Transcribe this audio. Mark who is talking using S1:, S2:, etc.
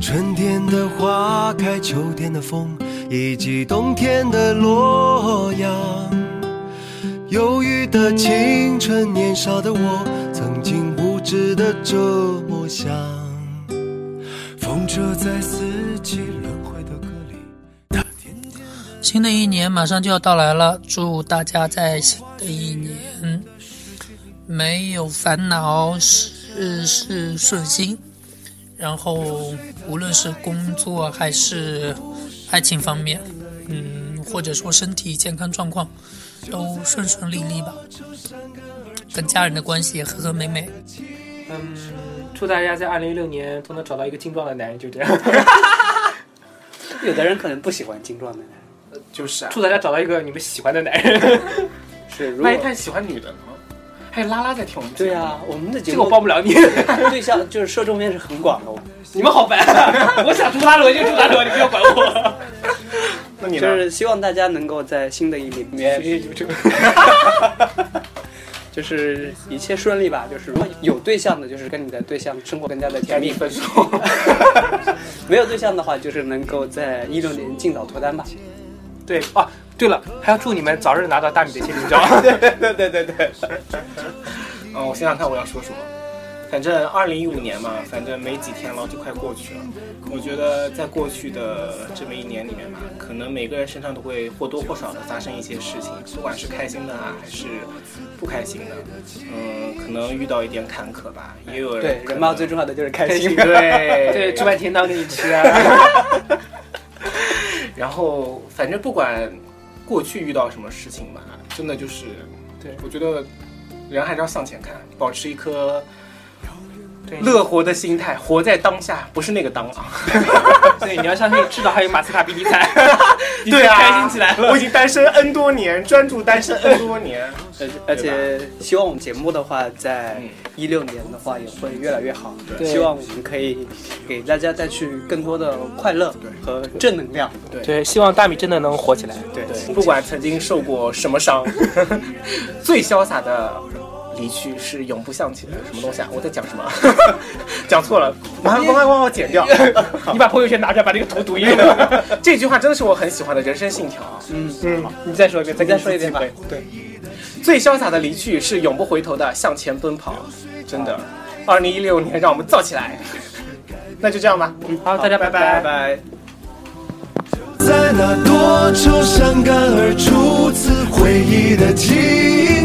S1: 春天的花开，秋天的风，以及冬天的洛阳。忧郁的青春，年少的我，曾经无知的这么想。风车在四季轮回的歌里，它天天地
S2: 新的一年马上就要到来了，祝大家在新的一年没有烦恼，事事顺心。然后，无论是工作还是爱情方面，嗯，或者说身体健康状况，都顺顺利利吧。跟家人的关系也和和美美。
S3: 嗯，祝大家在二零一六年都能找到一个精壮的男人，就这样。
S4: 有的人可能不喜欢精壮的男人，
S5: 就是啊，
S3: 祝大家找到一个你们喜欢的男人。
S4: 是如果
S5: 万一他喜欢女的呢？还有拉拉在听我们节目
S4: 对啊，我们的节
S3: 这个
S4: 目
S3: 我帮不了 你，
S4: 对象就是受众面是很广的哦，
S3: 你们好烦、 啊。我想祝他裸就祝他裸，你不要管 我。
S5: 那你
S4: 就
S5: 呢？
S4: 是希望大家能够在新的一年里面，就是一切顺利吧。就是如果有对象的，就是跟你的对象生活更加的甜蜜；
S3: 分手。
S4: 没有对象的话，就是能够在一六年尽早脱单吧。
S3: 对啊，对了，还要祝你们早日拿到大米的签名照。
S5: 对对对对。嗯，我想想看我要说什么。反正二零一五年嘛，反正没几天了，就快过去了。我觉得在过去的这么一年里面吧，可能每个人身上都会或多或少的发生一些事情，不管是开心的啊，还是不开心的。嗯，可能遇到一点坎坷吧，也有人
S4: 对，
S5: 可能
S4: 人嘛最重要的就是开心。
S5: 对
S3: 对，煮碗甜汤给你吃啊。
S5: 然后反正不管过去遇到什么事情吧，真的就是，
S3: 对
S5: 我觉得人还是要向前看，保持一颗
S3: 对
S5: 乐活的心态，活在当下，不是那个当 啊。
S3: 对，你要相信，至少还有马斯卡比你惨。
S5: 对啊，
S3: 开心起来了
S5: 我已经单身 N 多年，专注单身 N 多年。
S4: 而呃而且希望我们节目的话，在
S5: 嗯
S4: 一六年的话也会越来越好。
S3: 对
S4: 希望我们可以给大家带去更多的快乐和正能量。
S3: 对，希望大米真的能火起来。
S5: 对，不管曾经受过什么伤， 最潇洒的离去是永不向前。什么东西啊？我在讲什么？ 讲错了，麻烦帮帮我 剪掉。
S3: 你把朋友圈拿出来，把这个图读一遍。
S5: 这句话真的是我很喜欢的人生信条。
S4: 嗯，
S5: 嗯，你再说一遍，再
S4: 再说一遍吧
S5: 给你次机会对，最潇洒的离去是永不回头的向前奔跑，真的。二零一六年，让我们燥起来。 那就这样吧，嗯，
S3: 好，大家拜
S5: 拜
S3: 拜。
S5: 拜。
S1: 在那多愁善感而初次回忆的记忆